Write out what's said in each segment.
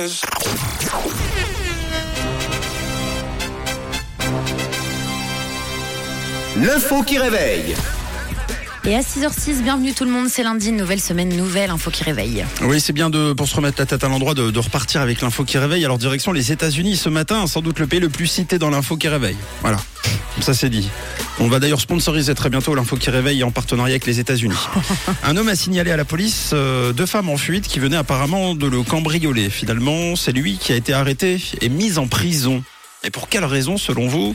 Buzz. L'info qui réveille. Et à 6h06, bienvenue tout le monde, c'est lundi, nouvelle semaine, nouvelle info qui réveille. Oui, c'est bien de, pour se remettre la tête à l'endroit, de, de repartir avec l'info qui réveille. Alors, direction les États-Unis ce matin, sans doute le pays le plus cité dans l'info qui réveille. Voilà. Comme Ça c'est dit. On va d'ailleurs sponsoriser très bientôt l'info qui réveille en partenariat avec les États-Unis. Un homme a signalé à la police euh, deux femmes en fuite qui venaient apparemment de le cambrioler. Finalement, c'est lui qui a été arrêté et mis en prison. Et pour quelle raison, selon vous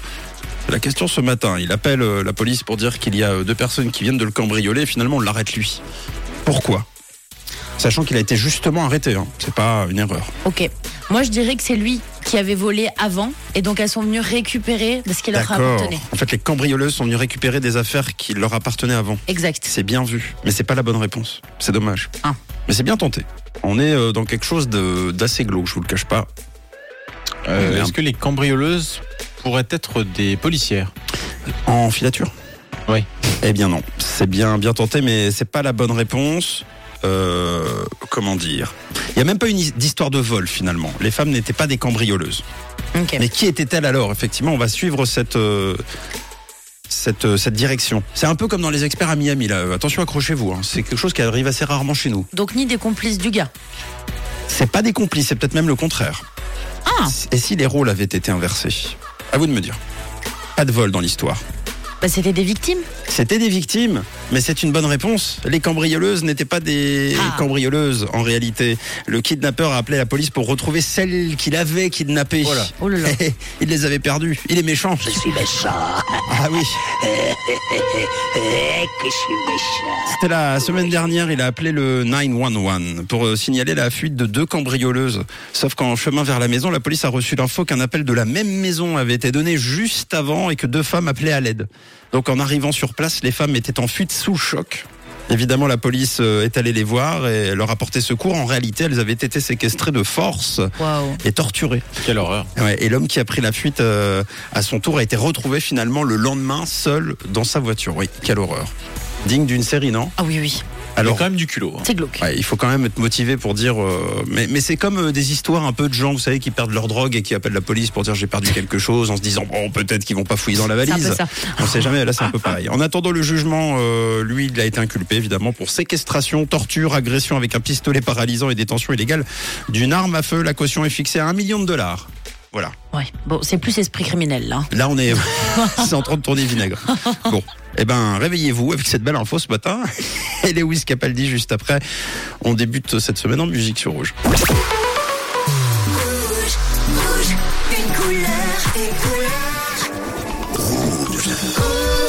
C'est la question ce matin. Il appelle euh, la police pour dire qu'il y a euh, deux personnes qui viennent de le cambrioler. Finalement, on l'arrête lui. Pourquoi Sachant qu'il a été justement arrêté. hein. C'est pas une erreur. Ok, moi je dirais que c'est lui qui avait volé avant et donc elles sont venues récupérer de ce qui leur appartenait. En fait, les cambrioleuses sont venus récupérer des affaires qui leur appartenaient avant. Exact. C'est bien vu, mais c'est pas la bonne réponse. C'est dommage. Ah. Mais c'est bien tenté. On est euh, dans quelque chose de- d'assez glauque, je vous le cache pas. Euh, Merde. Est-ce que les cambrioleuses pourraient être des policières En filature Oui. Eh bien non. C'est bien, bien tenté, mais c'est pas la bonne réponse. Euh, comment dire Il y a même pas une his- d'histoire de vol finalement. Les femmes n'étaient pas des cambrioleuses. Ok. Mais qui était-elle alors Effectivement, on va suivre cette, euh, cette, euh, cette direction. C'est un peu comme dans les experts à Miami. Là. Euh, Attention, accrochez-vous. hein. C'est quelque chose qui arrive assez rarement chez nous. Donc ni des complices du gars. C'est pas des complices, c'est peut-être même le contraire. Ah. Et si les rôles avaient été inversés À vous de me dire. Pas de vol dans l'histoire. Bah, c'était des victimes. C'était des victimes, mais c'est une bonne réponse. Les cambrioleuses n'étaient pas des Ah. cambrioleuses en réalité. Le kidnappeur a appelé la police pour retrouver celles qu'il avait kidnappées. Oh là. Oh là là. Il les avait perdues. Il est méchant. Je suis méchant, Ah oui. eh, que je suis méchant. C'était la semaine dernière, il a appelé le 911 pour euh, signaler la fuite de deux cambrioleuses. Sauf qu'en chemin vers la maison, la police a reçu l'info qu'un appel de la même maison avait été donné juste avant et que deux femmes appelaient à l'aide. Donc en arrivant sur place, les femmes étaient en fuite sous le choc. Évidemment, la police euh, est allée les voir et leur a porté secours. En réalité, elles avaient été séquestrées de force Waouh. et torturées. Quelle horreur. Ouais, et l'homme qui a pris la fuite euh, à son tour a été retrouvé finalement le lendemain seul dans sa voiture. Oui, quelle horreur. Digne d'une série, non Ah oui, oui. Alors, Alors, quand même du culot. hein. C'est glauque. Ouais, il faut quand même être motivé pour dire. euh, mais mais c'est comme euh, des histoires un peu de gens, vous savez, qui perdent leur drogue et qui appellent la police pour dire j'ai perdu quelque chose en se disant bon, peut-être qu'ils vont pas fouiller dans la C'est un peu valise. ça. On sait jamais, là c'est un peu pareil. En attendant le jugement, euh, lui, il a été inculpé évidemment pour séquestration, torture, agression avec un pistolet paralysant et détention illégale d'une arme à feu. La caution est fixée à un million de dollars. Voilà. Ouais. Bon, c'est plus esprit criminel là. Là, on est, c'est en train de tourner vinaigre. Bon. Eh ben, réveillez-vous avec cette belle info ce matin. Et Lewis Capaldi juste après. On débute cette semaine en musique sur Rouge. Rouge, une couleur, une couleur. Rouge.